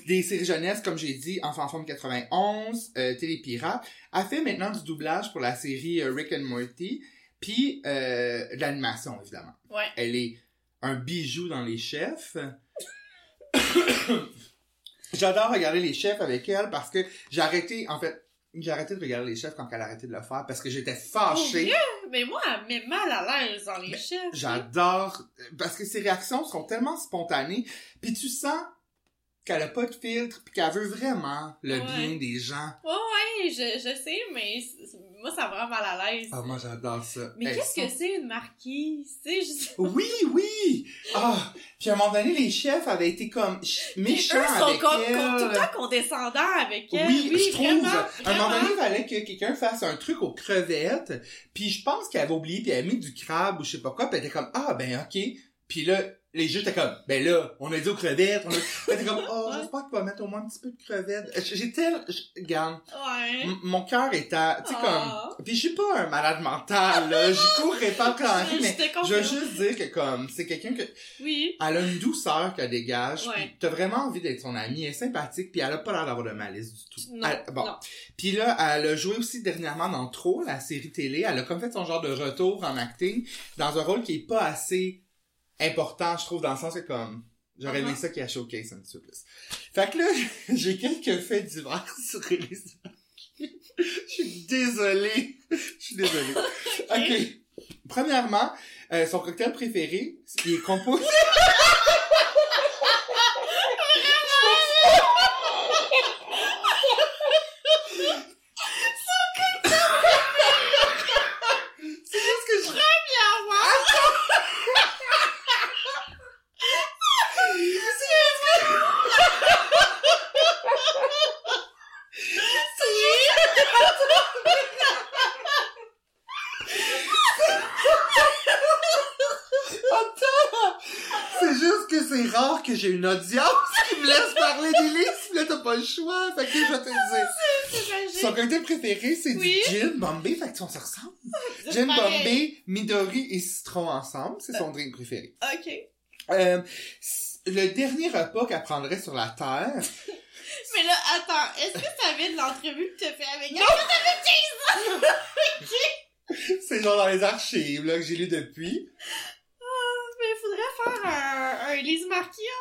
Des séries jeunesse, comme j'ai dit, Enfant en forme 91, euh, Télépirate. Elle fait maintenant du doublage pour la série euh, Rick and Morty. Puis euh, de l'animation, évidemment. Ouais. Elle est un bijou dans les chefs. J'adore regarder les chefs avec elle parce que j'ai arrêté, en fait, j'ai arrêté de regarder les chefs quand elle arrêtait de le faire parce que j'étais fâchée. Pour Mais moi, elle me met mal à l'aise dans les Mais chefs. J'adore parce que ses réactions sont tellement spontanées, puis tu sens qu'elle a pas de filtre, puis qu'elle veut vraiment le Ouais. bien des gens. Ouais, ouais, je, je sais, mais c- c- moi, ça me rend mal à l'aise. Ah moi j'adore ça. mais Elles qu'est-ce que sont- c'est une marquise? C'est juste... Oui, oui. Ah, puis à un moment donné les chefs avaient été comme ch- Puis méchants eux sont avec comme, elle. comme tout le temps condescendants avec elle. Oui, Oui, je trouve. vraiment, à un moment vraiment. donné, il fallait que quelqu'un fasse un truc aux crevettes, puis je pense qu'elle avait oublié, puis elle a mis du crabe ou je sais pas quoi, puis elle était comme ah ben ok, puis là les juges étaient comme ben là on a dit aux crevettes, on a... elle était comme oh Ouais. j'espère qu'il va mettre au moins un petit peu de crevettes. J'ai tel, je- regarde, Ouais. m- mon cœur est à, tu sais Hein? Ah. comme, puis je suis pas un malade mental, là, je courrais pas quand Je- je mais te confirme. je veux juste dire que comme c'est quelqu'un que Oui. elle a une douceur qu'elle dégage. Ouais. Puis t'as vraiment envie d'être son amie. Elle est sympathique. Puis elle a pas l'air d'avoir de malice du tout. Non, Elle- Ah, bon. non. Puis là, elle a joué aussi dernièrement dans Trop, la série télé. Elle a comme fait son genre de retour en acting dans un rôle qui est pas assez important, je trouve, dans le sens que comme. J'aurais aimé Uh-huh. ça qu'il y a showcase un petit peu plus. Fait que là, j'ai quelques faits divers sur Elise Marquis. Je suis désolée. Je suis désolée. OK. Premièrement, euh, son cocktail préféré, il est composé... C'est juste que je Attends! C'est juste que c'est rare que j'ai une audience qui me laisse parler d'Élise, pis là t'as pas le choix, fait que je vais te le dire. C'est magique. Son cocktail préféré, c'est Oui. du gin bombay, fait que on se ressemble. C'est Gin pareil. bombay, midori et citron ensemble, c'est Euh. son drink préféré. OK. Euh, s- le dernier repas qu'elle prendrait sur la terre, Mais là, attends, est-ce que ça vient de l'entrevue que tu as fait avec elle? c'est genre dans les archives là, que j'ai lu depuis. Mais il faudrait faire un, un Elise Marquis à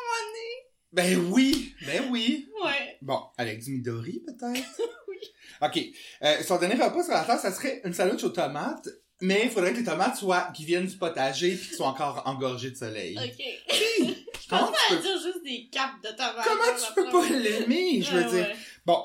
Ben oui, ben oui. un moment donné. Ouais. Bon, avec du Midori, peut-être? oui. OK. Euh, son dernier repas sur la table, ça serait une salade aux tomates, mais il faudrait que les tomates soient, qui viennent du potager puis qui soient encore engorgées de soleil. OK. Comment tu Ça peux, veut dire juste des capes de tomates. comment tu peux pas l'aimer, je veux Ouais, dire? ouais. Bon.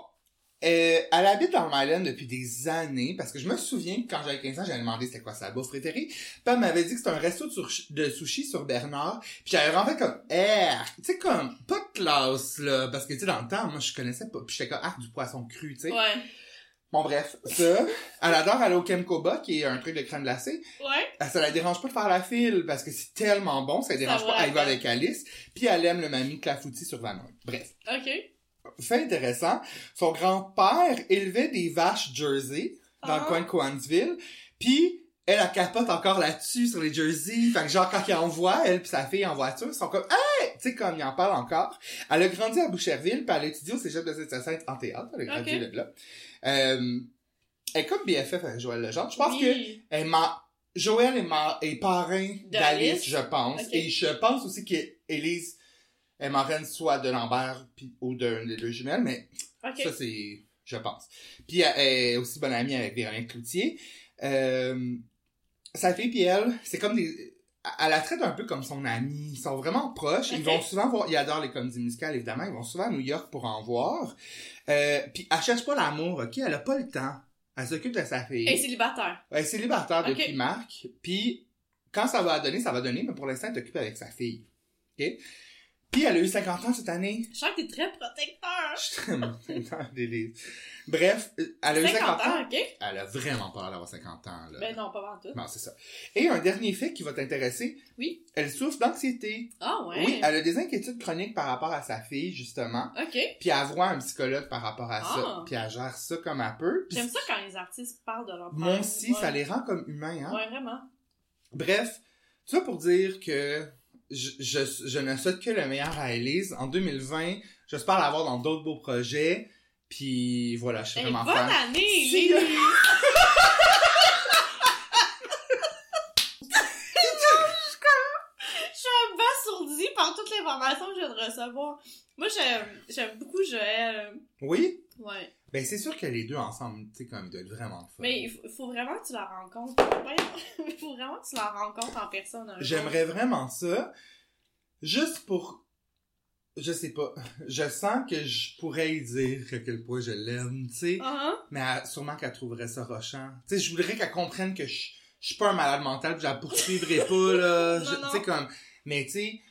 Euh, elle habite dans Myland depuis des années, parce que je me souviens que quand j'avais 15 ans, j'avais demandé c'était quoi sa bouffe préférée. Pam m'avait dit que c'était un resto de, sur- de sushi sur Bernard, puis j'avais vraiment fait comme, eh, tu sais, comme, pas de classe, là, parce que, tu sais, dans le temps, moi, je connaissais pas, puis j'étais comme, ah, du poisson cru, tu sais. Ouais. Bon, bref, ça. Elle adore aller au Kemkoba, qui est un truc de crème glacée. Ouais. Euh, Ça la dérange pas de faire la file, parce que c'est tellement bon, ça la dérange vaut pas. la Elle y va peine. avec hein. Alice. Puis elle aime le mamie clafoutis sur Vanoy. Bref. OK. Fait intéressant. Son grand-père élevait des vaches Jersey, dans le Ah. coin de Coansville. Puis, elle, elle capote encore là-dessus, sur les Jersey. Fait que genre, quand il envoie, elle pis sa fille en voiture, ils sont comme, hey! Tu sais, comme il en parle encore. Elle a grandi à Boucherville, puis elle a étudié au cégep de Sainte-Sainte en théâtre. Elle a grandi Ok. de là. Euh, elle est comme BFF avec hein, Joël Legendre. Je pense que Oui. elle m'a, Joël est, ma, est parrain d'Alice, D'Alice? je pense. Ok. Et je pense aussi qu'Élise est marraine soit de Lambert puis- ou d'un des deux jumelles, mais OK. ça, c'est, je pense. Puis elle est aussi bonne amie avec Véronique Cloutier. Euh, sa fille puis elle, c'est comme des... Elle la traite un peu comme son amie. Ils sont vraiment proches. Ils Ok. vont souvent voir... Ils adorent les comédies musicales, évidemment. Ils vont souvent à New York pour en voir. Euh, puis elle cherche pas l'amour, OK? Elle a pas le temps. Elle s'occupe de sa fille. Et célibataire. Elle est célibataire Ok. depuis Marc, puis quand ça va donner, ça va donner, mais pour l'instant, elle est occupée avec sa fille. OK? Puis elle a eu 50 ans cette année. Je sens que t'es très protecteur. Je suis tellement content, Lily. Bref, euh, elle a eu 50 ans. ok? Elle a vraiment peur d'avoir 50 ans, là. Ben non, pas avant tout. Non, c'est ça. Et un dernier fait qui va t'intéresser. Oui. Elle souffre d'anxiété. Ah ouais? Oui, elle a des inquiétudes chroniques par rapport à sa fille, justement. Ok. Puis elle voit un psychologue par rapport à Ah. ça. Puis elle gère ça comme elle peut. Puis J'aime ça quand les artistes parlent de leur moi problème. aussi, ça Ouais. les rend comme humains, hein. Ouais, vraiment. Bref, tout ça pour dire que je, je, je ne souhaite que le meilleur à Elise. En 2020, j'espère l'avoir dans d'autres beaux projets. Puis voilà, je suis Hey, vraiment bonne hein? fan. année, Si- Lily! Je suis abasourdie par toute l'information que je viens de recevoir. Moi, j'aime j'aime beaucoup Joël. Oui? Ouais. Ben c'est sûr que les deux ensemble, tu sais, comme ils doivent être vraiment fun. Mais il faut, faut vraiment que tu la rencontres. Ben, Il faut vraiment que tu la rencontres en personne. un jour. J'aimerais vraiment ça. Juste pour. Je sais pas. Je sens que je pourrais y dire à quel point je l'aime, tu sais. Ah, Mais elle- sûrement qu'elle trouverait ça rochant. Tu sais, je voudrais qu'elle comprenne que je je suis pas un malade mental, puis je la poursuivrai pas, là. Non, Je- non. Tu sais, comme. Mais tu sais,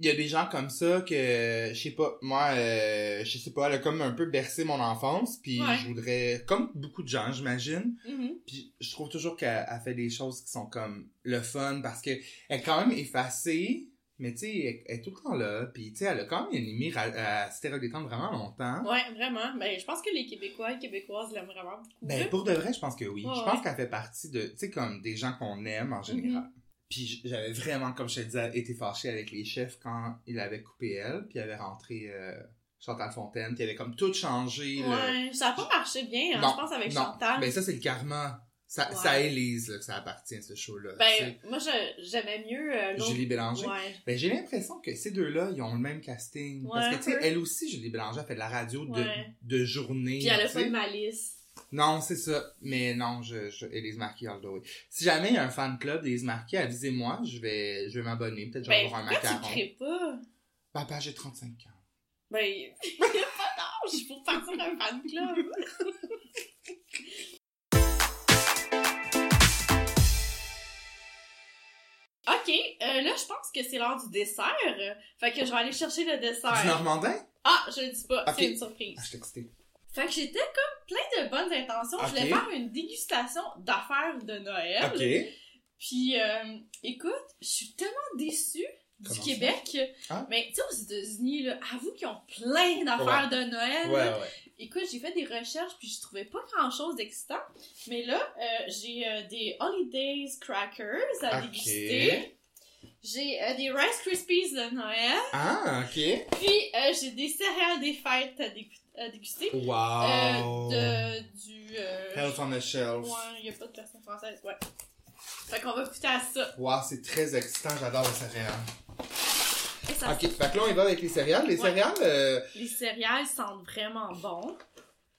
il y a des gens comme ça que, je sais pas, moi, euh, je sais pas, elle a comme un peu bercé mon enfance, puis Ouais. je voudrais, comme beaucoup de gens, j'imagine, hein? Mhm. puis je trouve toujours qu'elle elle fait des choses qui sont comme le fun parce que elle est quand même effacée, mais tu sais, elle, elle est tout le temps là. Puis tu sais, elle a quand même une limite à, à se détendre vraiment longtemps. Ouais, vraiment. Ben, je pense que les Québécois et Québécoises l'aiment vraiment beaucoup. Ben pour de vrai, je pense que oui. Ouais, Mm-hmm. je pense qu'elle fait partie de, tu sais, comme des gens qu'on aime en général. Puis j- j'avais vraiment, comme je te disais, été fâchée avec les chefs quand il avait coupé elle, puis il avait rentré euh, Chantal Fontaine, puis il avait comme tout changé. le- Ouais, ça a pas marché bien, hein, Non, je pense, avec non, Chantal. Ben ça, c'est le karma. Ça, Ouais. ça à Élise, là, que ça appartient, ce show-là. tu sais. Ben, moi, je- j'aimais mieux euh, l'autre. Julie Bélanger. Ouais. Ben, j'ai l'impression que ces deux-là, ils ont le même casting. Ouais, Parce que, un tu sais, peu. elle aussi, Julie Bélanger, elle fait de la radio de, Ouais. de journée. Puis elle a tu sais. fait malice. Non, c'est ça. Mais non, je, je, Elise Marquis all the way. Si jamais il y a un fan club d'Elise Marquis, avisez-moi, je vais, je vais m'abonner. Peut-être que je vais Ben, avoir un pourquoi tu macaron. crées pas? Papa, j'ai 35 ans. Ben, il n'y a pas d'âge pour partir d'un fan club. ok, euh, là, je pense que c'est l'heure du dessert. Fait que je vais aller chercher le dessert. Du Normandin? Ah, je le dis pas, Ok. c'est une Ah, surprise. je suis excitée. Fait que j'étais comme plein de bonnes intentions. Je voulais Ok. faire une dégustation d'affaires de Noël. OK. Puis, euh, écoute, je suis tellement déçue du Comment ça? Québec. Ah. Mais tu sais, aux États-Unis, là, avoue qu'ils ont plein d'affaires de Noël. Ouais, là. ouais. Écoute, j'ai fait des recherches puis je trouvais pas grand-chose d'excitant. Mais là, euh, j'ai euh, des Holidays Crackers à Ok. déguster. J'ai euh, des Rice Krispies de Noël. Ah, OK. Puis, euh, j'ai des céréales des fêtes à, dé- à déguster. Wow. Euh, de, du... euh, Oh. Health on the shelf. ouais, y a pas de personne française, ouais. Fait qu'on va goûter à ça. Wow, c'est très excitant. J'adore les céréales. Et ça OK. Fait que là, on y va avec les céréales. Les Ouais. céréales... euh, Les céréales sentent vraiment bon.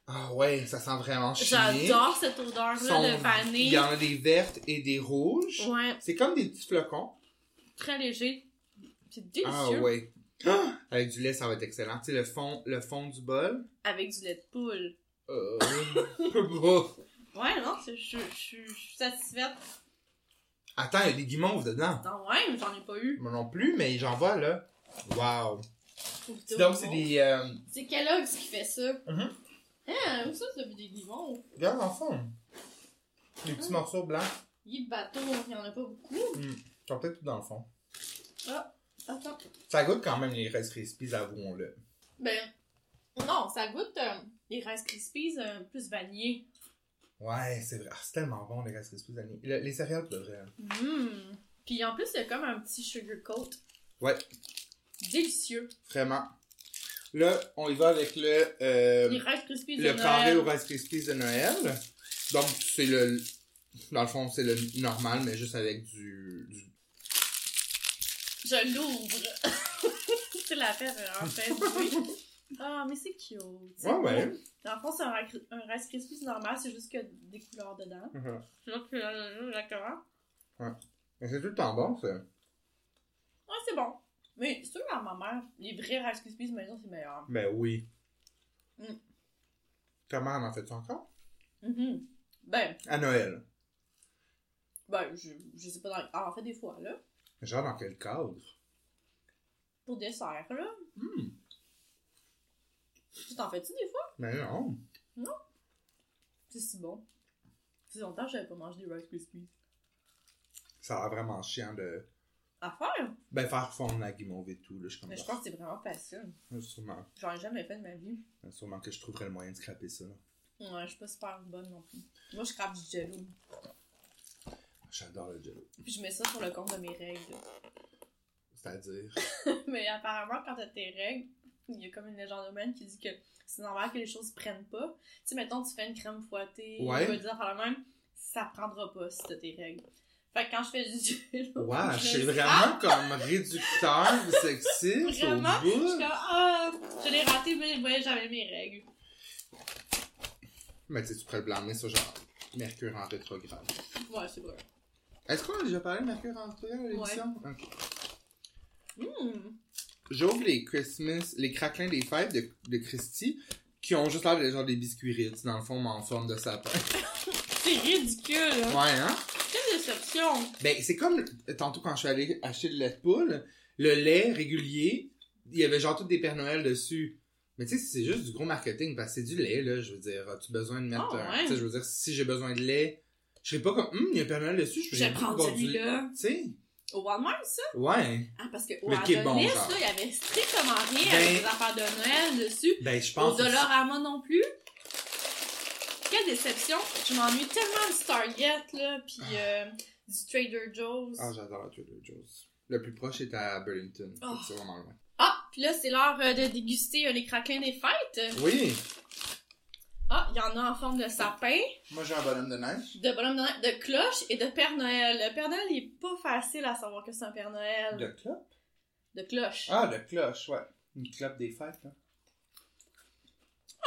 Ah ouais, ça sent vraiment chimique. J'adore cette odeur-là de Sont- Il vanille. y en a des vertes et des rouges. Ouais, C'est comme des petits flocons. très léger. C'est délicieux. Ah ouais. Ah! Avec du lait, ça va être excellent. Tu sais, le fond, le fond du bol. Avec du lait de poule. Euh... Ouais, non, c'est- je je- je- je suis satisfaite. Attends, il y a des guimauves dedans. Non, ouais, mais j'en ai pas eu. Moi non plus, mais j'en vois là. Wow. Faut goûter Dis au Donc, c'est limon. des... Euh... C'est Kellogg's qui fait ça. Mhm. Hein, où ça, ça veut des limons? Regarde en fond. Des petits morceaux blancs. Il bateau, il y en a pas beaucoup. Ils sont peut-être tout dans le fond. Attends. Ça goûte quand même les Rice Krispies, avouons-le. Ben, non, ça goûte euh, les Rice Krispies euh, plus vanillés. Ouais, c'est vrai. Ah, c'est tellement bon, les Rice Krispies. amis. Le- les céréales, pour de vrai. hein. Mmm. Puis en plus, il y a comme un petit sugar coat. Ouais. Délicieux. Vraiment. Là, on y va avec le... euh, les Rice Krispies de le carré Noël. au Rice Krispies de Noël. Donc, c'est le. Dans le fond, c'est le normal, mais juste avec du. du- Je l'ouvre. c'est la fête, euh, en fait. oui. Ah, mais c'est cute. C'est Ouais, ouais. beau. Dans le fond, c'est un, Rice- un Rice Krispies normal, c'est juste que des couleurs dedans. Mhm. C'est là que euh, la couleur. Mais C'est tout le temps bon, ça. Ouais, Ah, c'est bon. Mais c'est sûr, à ma mère, les vrais Rice Krispies maison, c'est meilleur. Ben oui. Mm. Ta mère en fait encore? Mhm. Ben, À Noël. ben, je, je sais pas dans... ah, en fait, des fois, là. Genre dans quel cadre? pour dessert, là. Mm. Hmm. Tu t'en fais-tu des fois? Mais non. C'est si bon. C'est longtemps que j'avais pas mangé des Rice Krispies. Ça a l'air vraiment chiant de. À faire? Ben, faire fondre la guimauve et tout, là. Je suis comme Mais je Ah, pense que c'est vraiment facile. Sûrement, J'en ai jamais fait de ma vie. sûrement que je trouverais le moyen de scraper ça. là. Ouais, je suis pas super bonne non plus. Moi, je crape du jello. J'adore le jello. Puis je mets ça sur le compte de mes règles. C'est-à-dire. Mais apparemment, quand t'as tes règles, il y a comme une légende humaine qui dit que c'est normal que les choses prennent pas. Tu sais, mettons, tu fais une crème fouettée, Ouais. tu vas dire par la même, ça prendra pas si t'as tes règles. Fait que quand je fais du jello, Wow, je je suis le vraiment comme réducteur de sexiste au Vraiment, je suis bout. comme, ah, je l'ai raté, mais ouais, j'avais mes règles. Mais tu sais, tu pourrais le blâmer sur genre Mercure en rétrograde. Ouais, c'est vrai. Est-ce qu'on a déjà parlé de Mercure en rétrograde à l'émission? Ok. Hum, J'ouvre les Christmas, les craquelins des fêtes de, de Christie qui ont juste l'air de genre des biscuits Ritz, dans le fond, mais en forme de sapin. C'est ridicule, hein. Ouais, hein? Quelle déception. Ben, c'est comme tantôt quand je suis allé acheter le lait de poule, le lait régulier, il y avait genre toutes des Pères Noël dessus. Mais tu sais, c'est juste du gros marketing parce que c'est du lait, là. Je veux dire, as-tu besoin de mettre. Ah, un- ouais. Tu sais, je veux dire, si j'ai besoin de lait, je serais pas comme, hum, il y a un Père Noël dessus, je vais Je vais prendre boire du lait. celui-là. Tu sais, Au Walmart, ça? ouais. Ah, parce que au Mais qui est Adonis, bon, genre. là, il y avait strictement rien Ben- avec des affaires de Noël dessus. Ben, je Au pense. que Dollarama non plus. Quelle déception. Je m'ennuie tellement du Target, là, pis euh, du Trader Joe's. Ah, j'adore la Trader Joe's. Le plus proche est à Burlington. Fait que Oh. C'est vraiment loin. Ah, puis là, c'est l'heure euh, de déguster euh, les craquelins des fêtes. Oui! Ah, il y en a en forme de sapin, Moi, j'ai un bonhomme de neige. de bonhomme de, Noël- de cloche et de Père Noël. Le Père Noël, il est pas facile à savoir que c'est un Père Noël. De clope? De cloche. Ah. Ah, de cloche, ouais. Une clope des fêtes, hein. là.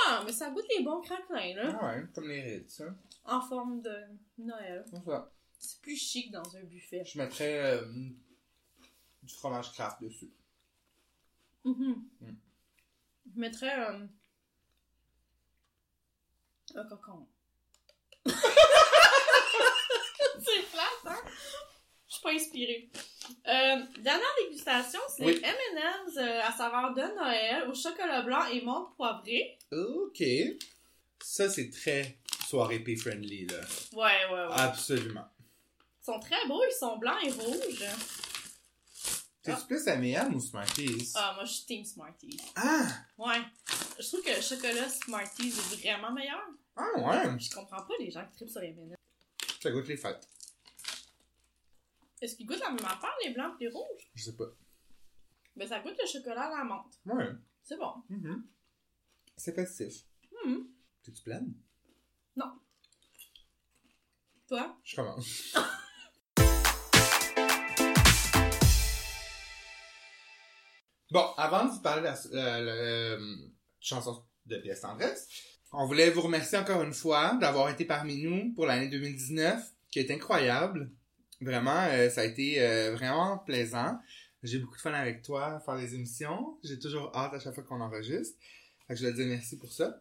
Ah, mais ça goûte les bons craquelins, là. Ah ouais, comme les Ritz, hein. En forme de Noël. Voilà. C'est plus chic dans un buffet. Je mettrais euh, du fromage craft dessus. Mhm. Mm. Je mettrais euh, un cocon. c'est flat, hein? Je suis pas inspirée. Euh, dernière dégustation, c'est Oui. les M&M's euh, à saveur de Noël au chocolat blanc et menthe poivrée. Ok. Ça, c'est très soirée pay friendly, là. Ouais, ouais, Ah ouais. Ah. Absolument. Ils sont très beaux, ils sont blancs et rouges. T'es-tu plus M&M ou Smarties? Ah, moi, je suis team Smarties. Ah! Ouais. Je trouve que le chocolat Smarties est vraiment meilleur. Ah ouais! Je comprends pas les gens qui trippent sur les M&M's. Ça goûte les fêtes. Est-ce qu'ils goûtent la même affaire, les blancs et les rouges? Je sais pas. Ben, ça goûte le chocolat à la menthe. Ouais. C'est bon. Mhm. C'est festif. Mhm. T'es-tu pleine? Toi? Je commence. bon, avant de vous parler de la, euh, la- la- la chanson de P.S. Tendresse, on voulait vous remercier encore une fois d'avoir été parmi nous pour l'année 2019, qui est incroyable. Vraiment, euh, ça a été euh, vraiment plaisant. J'ai beaucoup de fun avec toi à faire les émissions. J'ai toujours hâte à chaque fois qu'on enregistre. Fait que je voulais te dire merci pour ça.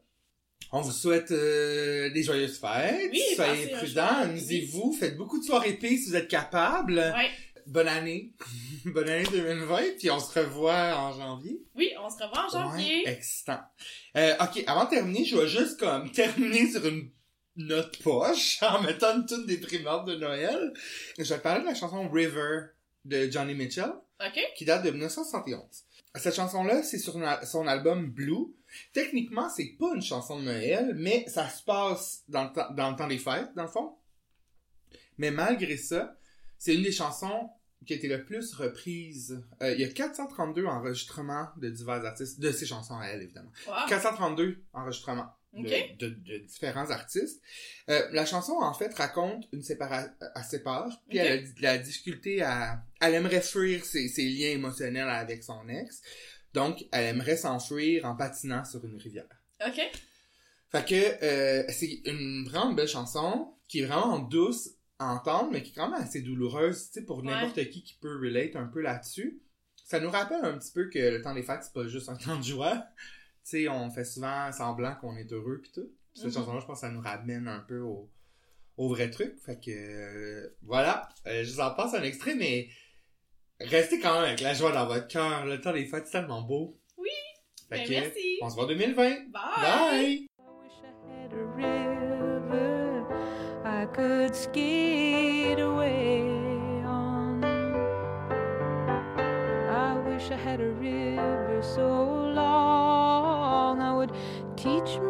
On vous souhaite euh, des joyeuses fêtes. Oui, Soyez passez un prudents, joyeux- amusez-vous, faites beaucoup de soirées épées si vous êtes capable. Ouais. Bonne année. Bonne année 2020, puis on se revoit en janvier. Oui, on se revoit en janvier. Ouais, excitant. Euh, ok, avant de terminer, je vais juste comme terminer sur une note poche en mettant une tune déprimante de Noël. Je vais te parler de la chanson River de Johnny Mitchell OK? qui date de 1971. Cette chanson-là, c'est sur na- son album Blue. Techniquement, c'est pas une chanson de Noël, mais ça se passe dans le, temps- dans le temps des fêtes, dans le fond. Mais malgré ça, c'est une des chansons qui a été le plus reprise. Euh, il y a 432 enregistrements de divers artistes, de ces chansons à elle, évidemment. Wow. 432 enregistrements de, OK? de- de différents artistes. Euh, la chanson, en fait, raconte une séparation, elle se sépare, puis Ok. elle a d- la difficulté à... Elle aimerait fuir ses, ses liens émotionnels avec son ex, donc elle aimerait s'enfuir en patinant sur une rivière. OK? Fait que euh, c'est une vraiment belle chanson qui est vraiment douce à entendre, mais qui est quand même assez douloureuse, tu sais, pour Ouais. n'importe qui qui peut relate un peu là-dessus. Ça nous rappelle un petit peu que le temps des fêtes, c'est pas juste un temps de joie. Tu sais, on fait souvent semblant qu'on est heureux pis tout. Puis cette Mhm. chanson-là, je pense que ça nous ramène un peu au, au vrai truc. Fait que euh, voilà. Euh, je vous en passe un extrait, mais Restez quand même avec la joie dans votre cœur. Le temps des fêtes, c'est tellement beau. Oui. Fait Ben, que, merci. On se voit en 2020. Bye. I wish I had a river I could skate away on. I wish I had a river so long I would teach Oh.